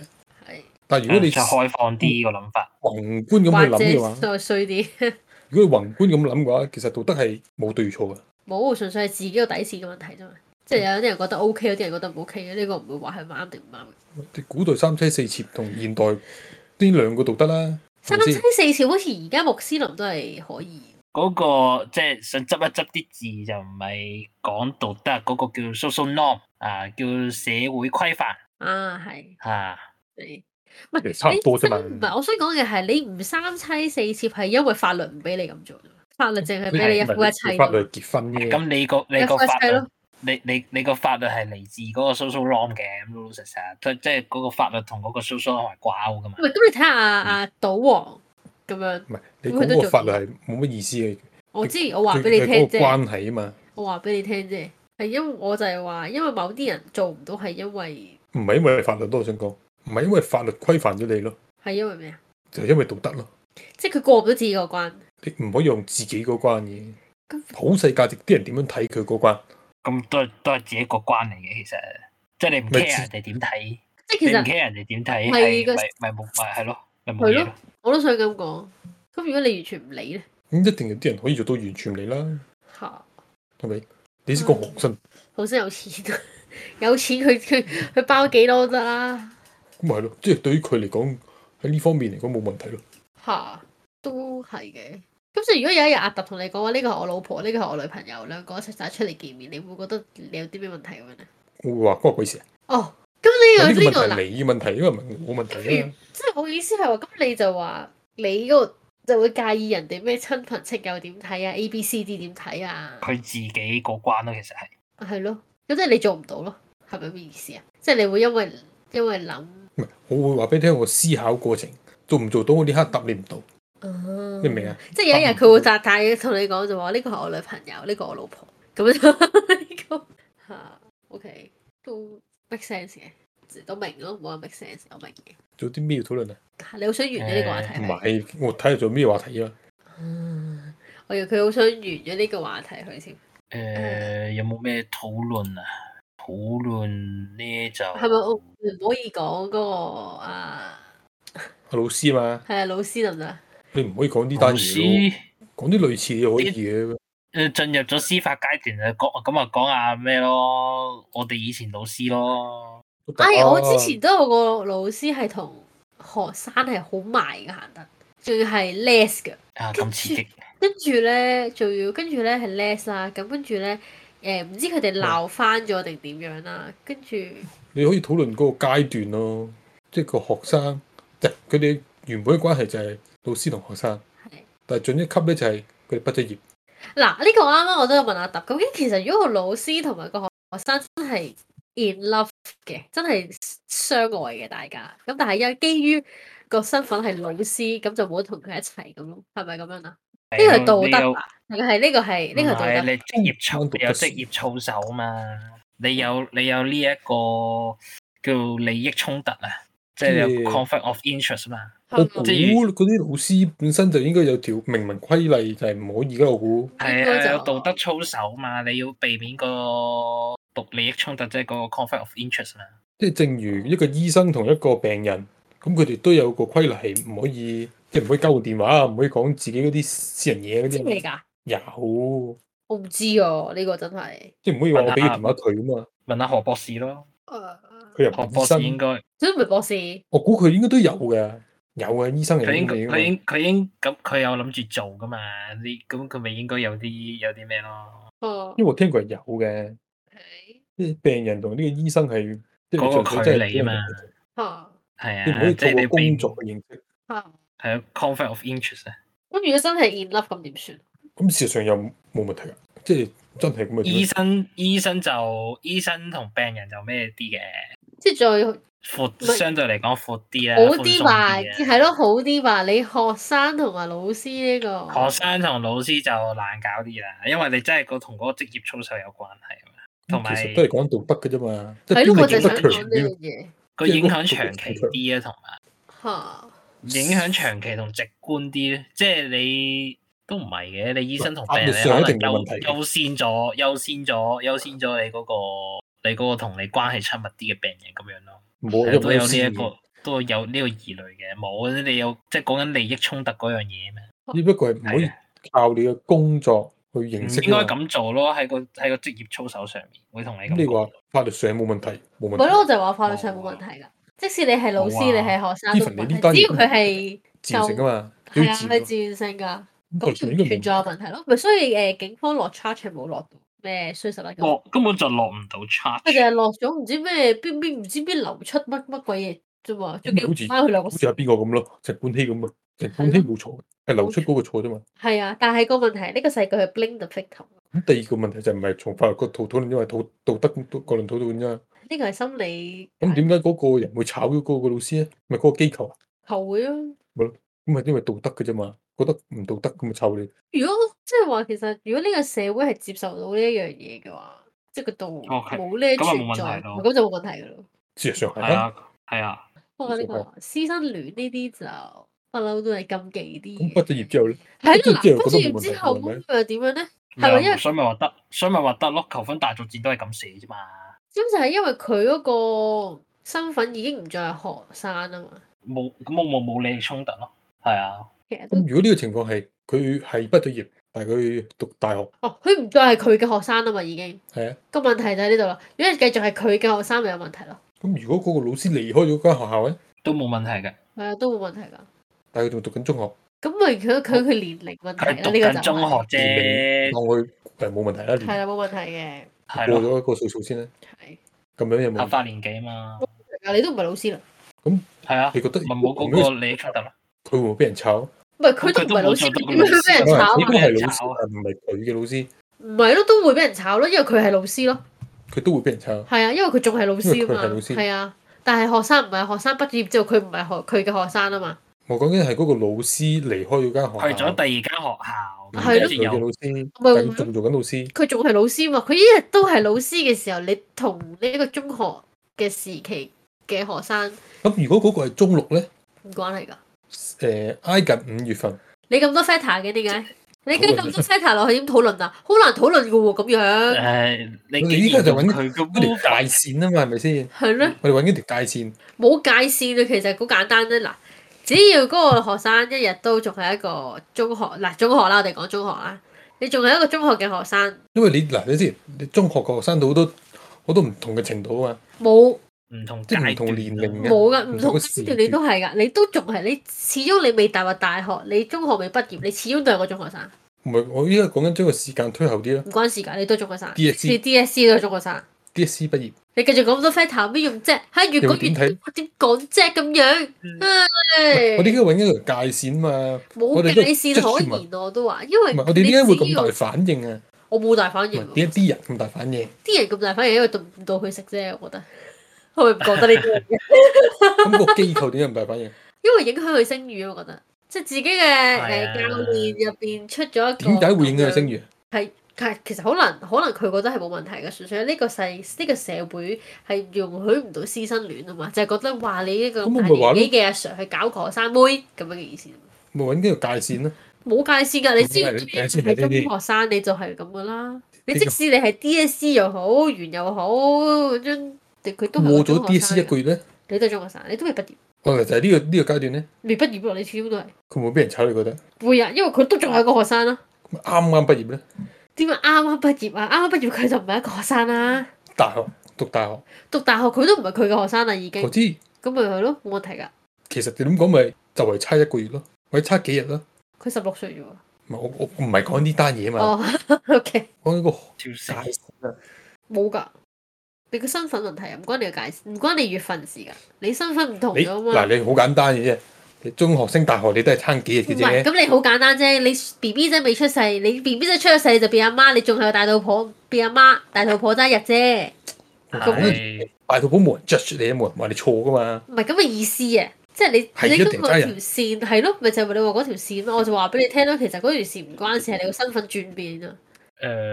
係，
但係如果
嗯
你嗯
再嗯開放啲個諗法，
宏觀咁
或
去諗嘅話
者，再衰啲，
如果你宏觀咁諗嘅話，其實道德係冇對錯嘅。
冇純粹係自己個底線嘅問題啫嘛。即係有啲人覺得 O K，有啲人覺得唔 O K 嘅，呢個唔會話係啱定唔啱嘅。
古代三妻四妾同現代呢兩個道德啦，係
三
咪
妻
先？
四妾好似而家穆斯林都係可以，
嗰、個即係想執一執啲字就唔係講道德，嗰、個叫 social norm 啊，叫社會規範
啊係
啊。
係，唔係
其實差唔多啫嘛
你真唔係，我想講嘅係你唔三妻四妾係因為法律唔俾你咁做啫嘛，法律淨係俾你一
唔係
夫一妻啫嘛。
法律係結婚嘅，
咁你個你
一
個
夫一
法
妻
律
咯，
你你你個法律係嚟自嗰個 social norm 嘅，咁老老實實，即即係嗰個法律同嗰個 social norm 係掛鈎噶嘛
唔。係咁你睇下阿
嗯
阿賭王咁樣，
唔係你
咁佢
講
都做
個法律係冇乜意思嘅，
我之前我話
佢
俾你
佢
聽
嗰個
啫，
關係啊嘛，
我話俾你聽啫，係因為我就係話，因為某啲人做唔到係因為
唔係因為法律咯，我想講，唔係因為法律規範咗你咯，
係因為咩啊？
就係因為道德咯，
即係佢過唔到自己個關。
你唔可以用自己嗰關嘅
咁。
普世價值啲人點樣睇佢嗰關？
咁都係都係自己個關嚟嘅，其實即係你唔
咪
care
自
人哋點睇，
即係
你
其
唔
實
care 人哋點睇，
係個
係咪咪冇咪係咯，咪冇嘢
係
咯
咯。我都想咁講。咁如果你完全唔理咧，
咁一定有啲人可以做到完全你啦，
嚇
係咪？你先講韓信，
好想有錢，啊有錢佢佢佢包幾多都得啦
咁咪係
嗯
咯，即係對於佢嚟講喺呢方面嚟講冇問題咯。
嚇，都係嘅。咁所以如果有一日阿特同你講話呢個係我老婆，呢個係我女朋友，兩個一齊晒出嚟見面，你會覺得你有啲咩問題咁樣咧？
我會話關我鬼事啊！
哦，咁呢
呢
個
個
呢個
問
嗱嗯
題，係你問題，因為唔係我問題啊嘛。
即係我意思係話，咁你就話你嗰個就會介意人哋咩親朋戚友點睇啊，A、B、C、D 點睇啊，
佢自己個關咯，其實係
係咯，咁即係你做唔到咯，係咪咩意思啊？即係你會因為因為諗
唔係，我會話俾你聽，我思考過程做唔做到，我呢刻答你唔到，
哦，
你明唔明啊？
即係有一日
嗯
佢會大大嘅同你講就話呢個係我女朋友，呢個我老婆咁樣 呢個嚇，OK 都 make sense 嘅，我明咯，冇話 make sense，我明嘅。
做啲咩要討論啊？
你好想完咗呢個話題
唔
係咪？
係，我睇下做咩話題啊？
嗯我以為佢好想完咗呢個話題佢先，
誒
嗯
有冇咩討論啊？討論呢就
係咪哦我唔可以講嗰個啊？
阿老師嘛，
係啊，老師得唔得啊？
你唔可以講呢
老
單嘢
師
喎，講啲類似嘅可以嘅。
誒進入咗司法階段啊，講咁啊講下咩咯？我哋以前老師咯。
哦啊
哎，我之前都有個老師係同學生係好埋嘅行得，仲要係 less 嘅。
啊，
跟
咁刺
住
激！
跟住咧，仲要跟住咧係 less 啦，咁跟住咧，誒、唔知佢哋鬧翻咗定點樣啦，跟住
你可以討論嗰個階段咯，即係個學生，即係佢哋原本嘅關係就係老師同學生，
係
但係進一級咧就係佢哋畢咗業。
嗱呢個啱啱我都有問阿揼，究竟其實如果個老師同埋個學學生真係 in love 嘅，真係相愛嘅大家，咁但係因基於個身份係老師，咁就冇得同佢一齊咁咯，係咪咁樣啊？呢個係道德啊，定係呢個係呢個係
呢個
道德？啊
你職業操
嗯
有職業操守嘛？你有你有呢一個叫利益衝突啊，即
即
係
係
有 conflict of interest 嘛？
我
係
估
咪
即係
嗰啲老師本身就應該有條明文規例，就係唔可以啦。我估
應該
係
就
啊，有道德操守嘛？你要避免個獨利益衝突，即係嗰個 conflict of interest 嘛？
即係正如一個醫生同一個病人，咁佢哋都有個規例係唔可以，即係唔可以交換電話啊，唔可以講自己嗰啲私人嘢嗰
真
啲
係。㗎？
有，
我唔知喎，呢個真係。
即係唔可以話我俾個電話佢啊嘛。
問下何博士咯，
誒
佢又唔
何
係
博
醫
士應
生，
該
都唔係博士，
我估佢應該都有嘅，有嘅醫生嚟
佢應
嘅
該
應
佢
該。
應佢應咁佢有諗住做噶嘛？你咁佢咪應該有啲有啲咩咯？
哦
因為我聽過係有嘅，
係
即係病人同呢個醫生係即係
嗰個
純粹真係
距離啊嘛
嚇
係啊，
你唔可以
即係
透過
你避
工
免
作嘅形式。
啊
係啊 conflict of interest 啊。
咁如果真係 in love 咁點算？
咁事實上又冇問題㗎，啊即係真係咁嘅
醫
點。
生醫生就醫生同病人就咩啲嘅，
即係再唔
闊
係
相對嚟講闊啲啦，啊
好
寬
啲
鬆
吧，
啲嘅。
係咯，好啲吧。你學生同埋老師呢、個
學生同老師就難搞啲啦，因為你真係個同嗰個職業操守有關係啊嘛，同埋
其實都係講道德嘅啫嘛，即係
係咯，
邊
我就
個
想
道德強
講呢
啲
樣嘢
個影響長期啲啊，同埋。
嚇。
影響長期同直觀啲咧，即係你都唔係嘅，你醫生同病
壓力
人你
啊上一
可能
定冇
優
問題嘅
優先咗、優先咗、優先咗你嗰、個你嗰個同你關係親密啲嘅病人咁樣咯，
冇
係啊
有
都有
冇
呢
事
一？個都有呢個疑慮嘅，冇你有即係講緊利益衝突嗰樣嘢啊咩？
只不過係唔可
係
以
啊
靠你嘅工作去
唔
認識
應
啊㗎嘛。
該咁做咯，喺個喺個職業操守上面會同你
咁
咁
你話
講。
法律上冇問題，冇問
咪咯，我
題。
就話法律上冇問題㗎。即使你係老師，你係學生都
哦 Even
冇問
你呢
題，
單嘢
只要佢係
自然性啊嘛，要
係啊，
自然
係
㗎。
自願性㗎，
咁
咁
律上應該
存存
冇
在有問題咯。咪所以誒，警方落 charge 係冇落到咩衰十一
落
哦
咁，
哦根本就落唔到
佢就
charge，
係落咗唔知咩邊邊唔知邊流出乜乜鬼嘢啫嘛，仲
咪
要
好似
翻佢兩個
好似阿邊個咁咯，陳冠希咁咯，陳冠希冇錯，係流出嗰個錯啫嘛。
係啊，但係個問題係呢個世界係 blame the victim，
咁第二個問題就唔係從法律角度討論，因為討道德角論討論啫嘛。
呢個係心理
咁點解嗰個人會炒咗嗰個老師咧？咪嗰個機構啊？
球會咯。
咁係因為道德嘅啫嘛，覺得唔道德咁咪炒你。
如果即係話，其實如果呢個社會係接受到呢一樣嘢嘅話，即係個道
哦
係
冇呢
咁啊
存
冇問
在，
題咯
咁就冇問題噶咯。
事實上係
係
啦。
啊係啊，
不過呢
冇錯
個師生戀呢啲就不嬲都係禁忌
咁
啲
畢
嘅。
咗業之後咧，
係
畢
啦，
咗之後覺得冇問
畢咗業
題
之後
喎，係
咁
咪？
又點樣咧？
咪
係咪因為
啊所以咪話得，所以咪話得咯，求婚大作戰都係咁寫啫嘛。
咁就係因為佢嗰個身份已經唔再係學生啊嘛，
冇咁我冇冇利益衝突咯，係啊，
其實都
咁如果呢個情況係佢係畢咗業，但係佢讀大學，
哦，佢唔再係佢嘅學生啊嘛，已經
係啊。
個問題就喺呢度啦。如果你繼續係佢嘅學生，咪有問題咯，
咁如果嗰個老師離開咗間學校咧，
都冇問題嘅。
係啊，都冇問題㗎。
但係佢仲讀緊中學。
咁咪佢佢佢年齡問題
佢
啦，
讀
呢個就
緊
係
中學啫，
當佢係冇問題啦，
係
連
啦，冇問題嘅，
係
過
咯，
咗一個歲數先啦，
係。
咁樣有冇
合
問題？
法年紀嘛，
啊！你都唔係老師啦，
係啊，
你覺得
咪冇嗰
如果
個利益衝突咯。
佢會唔會俾人炒？
唔係佢都
佢
唔
都
係老
冇做
師，
到咁
點
可能佢都
會俾人炒啊？
俾
係
人
老
炒
師，
啊
但唔係佢嘅老師，
唔係咯，都會俾人炒咯，因為佢係老師咯，
佢都會俾人炒。
係啊，因為佢仲係老師
因為佢
啊
係老
嘛，
師
係啊，但係學生唔係學生畢業之後，佢唔係學佢嘅學生啊嘛，
我講緊係嗰個老師離開咗間
去
學
咗
校，嗯
第二間學校，
係
佢嘅
咯嗯
跟住又
老師，
咪
但佢仲做緊老師，
佢仲係老師嘛，佢一日都係老師嘅時候，你同呢個中學嘅時期嘅學生
咁如果嗰個係中六咧，
唔關係㗎。
誒挨近五月份，
你咁多 factor 嘅點解？你跟咁多 factor 落去點討論啊？好難討論㗎喎，咁樣
誒，你
你依
既
家
然
就
用
揾
佢嘅
一條
move
界線啊嘛，係咪先？
係咧。
我哋揾一條界線，
冇界線啊，其實好簡單啫。嗱，只要嗰個學生一日都仲係一個中學，嗱中學啦，我哋講中學啦，你仲係一個中學嘅學生，
因為你嗱你知，你中學嘅學生到好多好多唔同嘅程度啊嘛，
冇
唔同
即
階
係
段
唔同年齡嘅，
冇噶，唔同
嘅
階段你都係噶，你都仲係你，始終你未踏入大學，你中學未畢業，你始終都係個中學生，
唔係，我依家講緊將個時間推後啲啦
唔關事㗎，你都係中學生，你
，DSE
DSE 都係中學生，
DSE E 畢業，
你繼續講咁多 factor 有咩用啫？嚇，越講越
又點睇嗯
點講啫咁樣，唉
我哋依家揾一條界線嘛，我
冇
哋
界
都
線可
judgement
言我都話，因
唔
為
係我哋點解會咁
你
大
只要
反應啊？
我冇大反
唔
應
係
喎。
點解啲人咁大反 應？
啲人咁大反應，因為到唔到佢食啫，我覺得。 我唔覺得呢啲嘢嘅，
咁個機構點解咁大反應？
因為影響佢聲譽啊，我覺得。即係自己嘅
啊
誒教練入邊出咗一個
點解會影響佢聲譽？
係其實可能可能佢覺得係冇問題嘅，純粹係呢個世呢、個社會係容許唔到師生戀啊嘛，就係、覺得話你呢個
咁咪
大
咪話咯
年紀嘅阿 Sir 去搞個學生妹咁樣嘅意思，
咪揾呢條界線咯。
冇界線㗎。你知
咁咪你
你係中學生你就係咁㗎啦。你即使你係 DSE 又好，原又好，嗰張佢都係個
過咗
中學
DSE
生
一
嚟㗎
個月咧，呢
你都係中學生，你都未畢業，
我咪就係呢個呢個階段咧，
未畢業喎，你始終都係
佢會唔會俾人炒？你覺得
會啊，因為佢都仲係一個學生啦、啊
咁啱啱畢業咧，
點解啱啱畢業啊？啱啱畢業佢就唔係一個學生啦、
大學讀大學，
讀大學佢都唔係佢嘅學生啦，啊已經
我知
咁咪係咯，冇問題㗎。
其實點講咪就係差一個月咯，或者差幾日咯。
佢十六歲啫喎。
唔係我我唔係講呢單嘢嘛，
哦 ，OK，
講呢個界
跳線，
線啊。
冇㗎。你個身份問題啊，唔關你嘅解，唔關你月份事㗎。你身份唔同
你
咗啊
嗱
嘛。
你好簡單嘅啫，中學升大學你都係差幾日
唔
嘅
係，
啫。
咁你好簡單啫。你 B B 仔未出世，你 B B 仔出咗世你就變阿媽，你仲係個大肚婆，變阿媽，大肚婆得一日啫。
係
大肚婆冇人 judge 你，冇人話你錯噶嘛。
唔係咁嘅意思啊！即係你
係
你
一
咁
定
嗰
真
條
人
線係咯，咪就係你話嗰條線咯。我就話俾你聽咯，其實嗰條線唔關事，係你個身份轉變啊。
誒，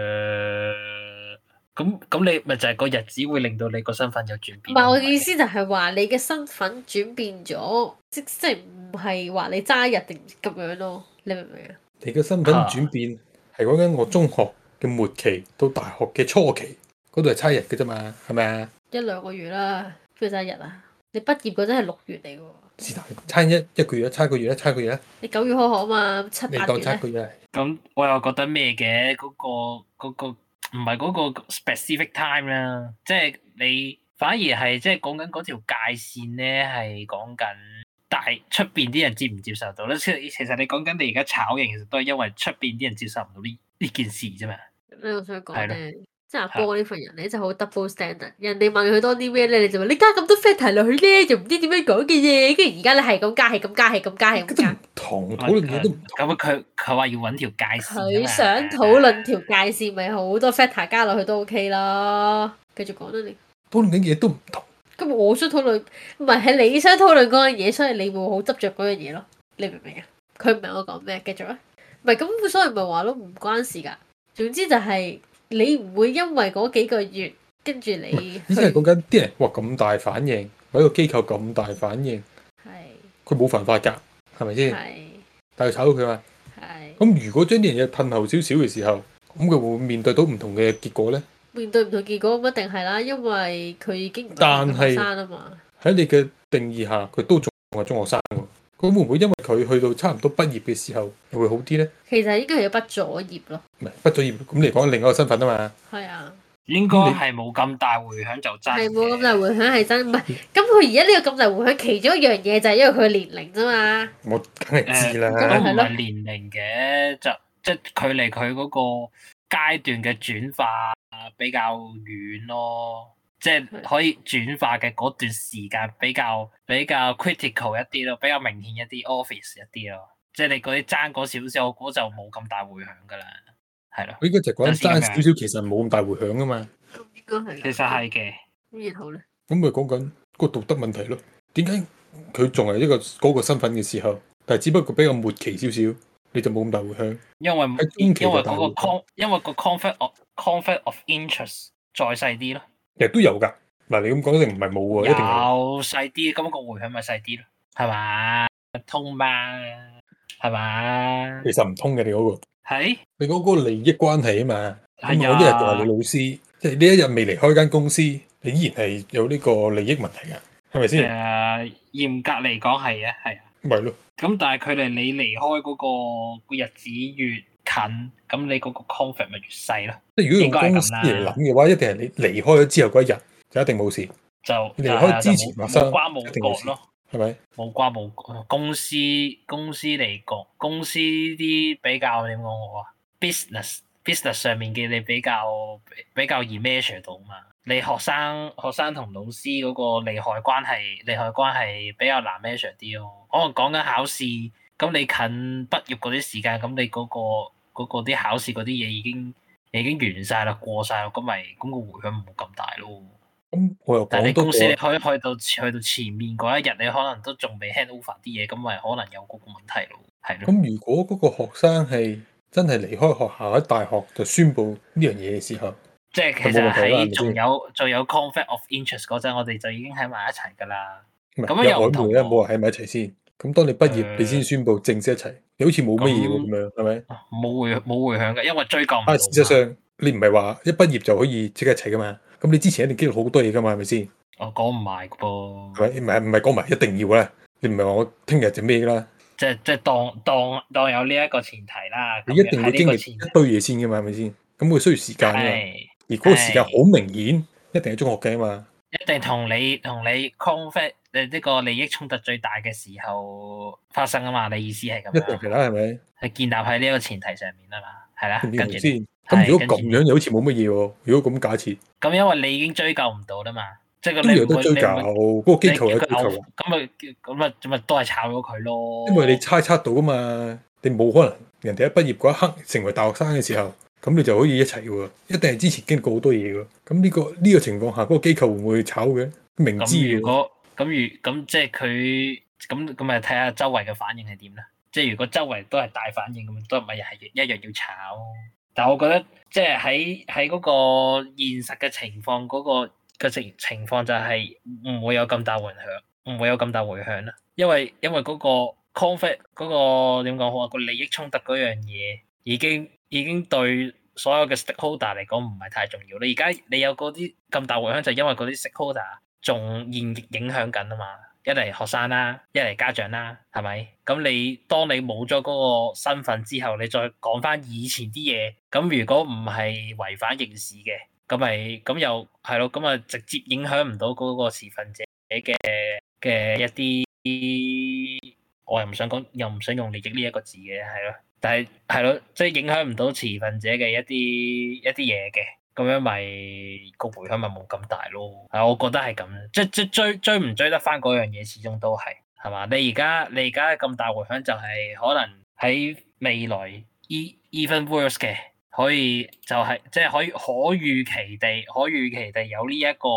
咁咁你咪就係個日子會令到你個身份有轉
唔
變。
係我嘅意思就係話你嘅身份轉變咗，即即係唔係話你揸日定咁樣咯？你明唔明啊？
你嘅身份
啊
轉變係講緊我中學嘅末期到大學嘅初期嗰度係差日嘅啫嘛，係咪啊？
一兩個月啦，邊度揸日啊？你畢業嗰陣係六月嚟嘅喎，
是但差一一個月啦，差一個月啦，差一個月啦，
你九月開學啊嘛，七
你
八
當
月
差一
咧
個月啦。
咁我又覺得咩嘅？嗰、個嗰、個唔係嗰個 specific time 啦，即係你反而係即係講緊嗰條界線咧，係講緊大出邊啲人接唔接受到咧。其實其實你講緊你而家炒嘅，其實都係因為出邊啲人接受唔到呢呢件事啫嘛。
你我想講
係咯
咧，即係阿波呢份人咧，真係好 double standard。人哋問佢多啲咩咧，你就話你加咁多 factor 落去咧，就唔知點樣講嘅啫。跟住而家咧係咁加，係咁加，係咁加，係咁
咁
加。
堂討論嘢都唔同，
咁佢佢話要揾條界線啊嘛。
佢想討論條界線，咪好多 factor 加落去都 OK 啦。繼續講啦你。
討論緊嘢都唔同。
咁我想討論，唔係係你想討論嗰樣嘢，所以你會好執着嗰樣嘢咯。你明唔明啊？佢唔明我講咩，繼續啊。唔係咁，所以咪話咯，唔關事㗎。總之就係你唔會因為嗰幾個月，跟住你
依
去
家係講緊啲人哇咁大反應，或者個機構咁大反應，
係
佢冇犯法㗎，係咪先？
係
但係炒到佢嘛。
係
咁如果將啲人嘢褪後少少嘅時候，咁佢會唔會面對到唔同嘅結果咧？
面對唔同結果咁一定係啦，因為佢已經唔
但
係學生啊嘛。
喺你嘅定義下，佢都仲係中學生喎。咁會唔會因為佢去到差唔多畢業嘅時候，會好啲咧？
其實應該係有畢咗業咯，
唔係畢咗業，咁你講另一個身份啊嘛。
係啊，
應該係冇咁大迴響就真嘅。
係冇咁大迴響係真，唔係咁佢而家呢個咁大迴響，其中一樣嘢就係因為佢年齡啫嘛。
我梗係知
誒都
啦
咁。
唔係年齡嘅，就即係距離佢嗰個階段嘅轉化比較遠咯，即係可以轉化嘅嗰段時間比較比較 critical 一啲咯，比較明顯一啲，office 一啲咯，即係你嗰啲爭嗰少少，我估就冇咁大迴響噶啦，係咯，
我依家就講緊爭少少，其實冇咁大迴響啊嘛。
咁應該係。
其實係嘅，
咁然後咧，
咁咪講緊個道德問題咯。點解佢仲係一個嗰個身份嘅時候，但係只不過比較末期少少，你就冇咁大迴響。
因為
喺中
因
期
為
就大
嗰
迴
個
響，
con 因為個 conflict of conflict of interest 再細啲咯。
其實都有㗎。嗱，你咁講一定唔係冇喎，一定有。
有細啲，咁個回響咪細啲咯，係嘛？通嘛，係嘛？
其實唔通嘅你嗰個，
係
你嗰個利益關係啊嘛。咁我一日就係
係
你
啊，
老師，即係呢一日未離開間公司，你依然係有呢個利益問題㗎，係咪
啊
先？
誒嚴格嚟講係啊，係啊。
咪係咯，
咁但係距離你離開嗰個日子越近，咁你嗰個 conflict 咪越細咯，
即係如果用
應該係
公司
咁
嚟
啦
諗嘅話，一定係你離開咗之後嗰一日就一定冇事，
就
離開之前
就冇
發生
冇瓜
一
冇
定冇
葛
事
咯，
係咪？
冇瓜冇葛公司公司嚟講，公司啲比較點講好啊？business business 上面嘅你比較比較易 measure 到嘛。你學生學生同老師嗰個利害關係，利害關係比較難 measure 啲咯。可能講緊考試，咁你近畢業嗰啲時間，咁你嗰、個嗰、個啲考試嗰啲嘢已經已經完晒啦，過晒啦，咁咪咁個迴響冇咁大咯。
咁我又
但係你
講多
公
個，
司你可以去到去到前面嗰一日，你可能都仲未 hand over 啲嘢，咁咪可能有嗰個問題咯，係咯。
咁如果嗰個學生係真係離開學校喺大學就宣佈呢樣嘢嘅時候，
即係其
咁冇
實
問題啦
喺仲有仲有 conflict of interest 嗰陣，我哋就已經喺埋一齊㗎啦。
唔係
咁樣
有
又唔
曖
同
昧咧，
喎
冇話喺埋一齊先。咁當你畢業，
誒
你先宣佈正式一齊，你好似冇乜嘢喎
咁
咁樣，係
嗯
咪？
冇回冇回響嘅，因為追究唔到
啊，
嘛。
事實上你唔係話一畢業就可以即刻一齊㗎嘛？咁你之前一定經歷好多嘢㗎嘛，係咪
嗯
先？
我哦講唔埋嘅噃，
係咪？唔係唔係講埋一定要啦，你唔係話我聽日就咩啦，
即係即係當當當有呢一個前提啦。
你
咁
一定會
喺呢
經
個
歷
前
一堆嘢先噶嘛，係咪先？咁佢需要時間噶嘛，
係
而嗰個時間好明顯，一定係中學嘅嘛。
一定同你同你 conflict 誒呢個利益衝突最大嘅時候發生啊嘛。你意思係咁
一定
樣
係？啦，係咪？
係建立喺呢一個前提上面啊嘛，係啦，
明唔
跟
明
住
先？
係
咁如果
跟住
咁樣又好似冇乜嘢喎。如果咁假設，
咁因為你已經追究唔到啦嘛，即係個
都
你
有
唔
得
會
追
你
究，啊
唔
嗰個機
你
構有
叫
追
佢
究
嘔，咁啊咁啊咁啊都係炒咗佢咯。
因為你猜測到噶嘛，你冇可能人哋喺畢業嗰一刻成為大學生嘅時候，咁你就可以一齊喎，一定係之前經過好多嘢喎。咁呢、個呢、個情況下，嗰、個機構會唔會炒嘅？明知
咁如
嘅，
果咁如咁即係佢咁咁咪睇下周圍嘅反應係點啦。即係如果周圍都係大反應咁，都咪係一樣要炒。但我覺得即係喺喺嗰個現實嘅情況嗰、個嘅情情況就係唔會有咁大回響，唔會有咁大回響啦。因為因為嗰個 conflict 嗰、個點講好啊，個利益衝突嗰樣嘢已經已經對所有嘅 stakeholder 嚟講唔係太重要。你而家你有嗰啲咁大回響，就係因為嗰啲 stakeholder。仲現役影響緊啊嘛，一嚟學生啦，一嚟家長啦，係咪？咁你當你冇咗嗰個身份之後，你再講翻以前啲嘢，咁如果唔係違反刑事嘅，咁咪咁又係咯，咁啊直接影響唔到嗰個持份者嘅嘅一啲。我又唔想講，又唔想用利益呢一個字嘅，係咯。但係係咯，即係影響唔到持份者嘅一啲一啲嘢嘅，咁樣咪個回響咪冇咁大咯。係，我覺得係咁，即即追追唔追得翻嗰樣嘢，始終都係係嘛。你而家你而家咁大回響，就係可能喺未來 e even worse 嘅，可以就係、即係可以可預期地可預期地有呢一個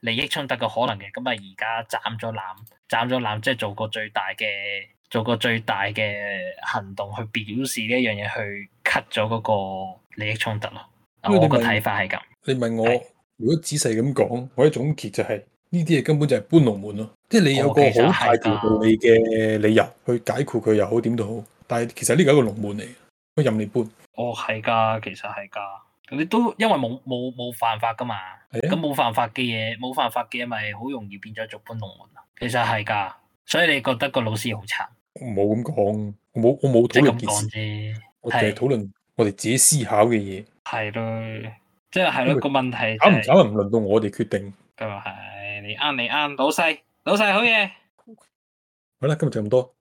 利益衝突嘅可能嘅，咁啊而家斬咗攬。斬咗攬，即係做個最大嘅做個最大嘅行動去表示呢一樣嘢，去 cut 咗嗰個利益衝突咯。
因
啊
為
我
你
個
咪
睇法係咁，
你問我
係，
如果仔細咁講，我可以總結就係呢啲嘢根本就係搬龍門咯，即係你有個
哦其實係㗎
好大條道理嘅理由去解決佢又好點都好，但係其實呢個係一個龍門嚟，佢任你搬。
哦係㗎，其實係㗎。你都因為冇冇冇犯法㗎嘛，
係
咁
啊，
冇犯法嘅嘢，冇犯法嘅嘢咪好容易變咗做搬龍門啊。其實係㗎，所以你覺得個老師好慘，
我冇咁講，我冇我冇
即
討
係
論
咁
件
講
事，
啫。
我淨係
係
討論我哋自己思考嘅嘢，
係咯，即係係
因
咯
為
個問題
搞唔
就係
搞啊唔輪到我哋決定。
咁啊呃係，你啱你啱，老細老細好嘢。
好啦，今日就咁多。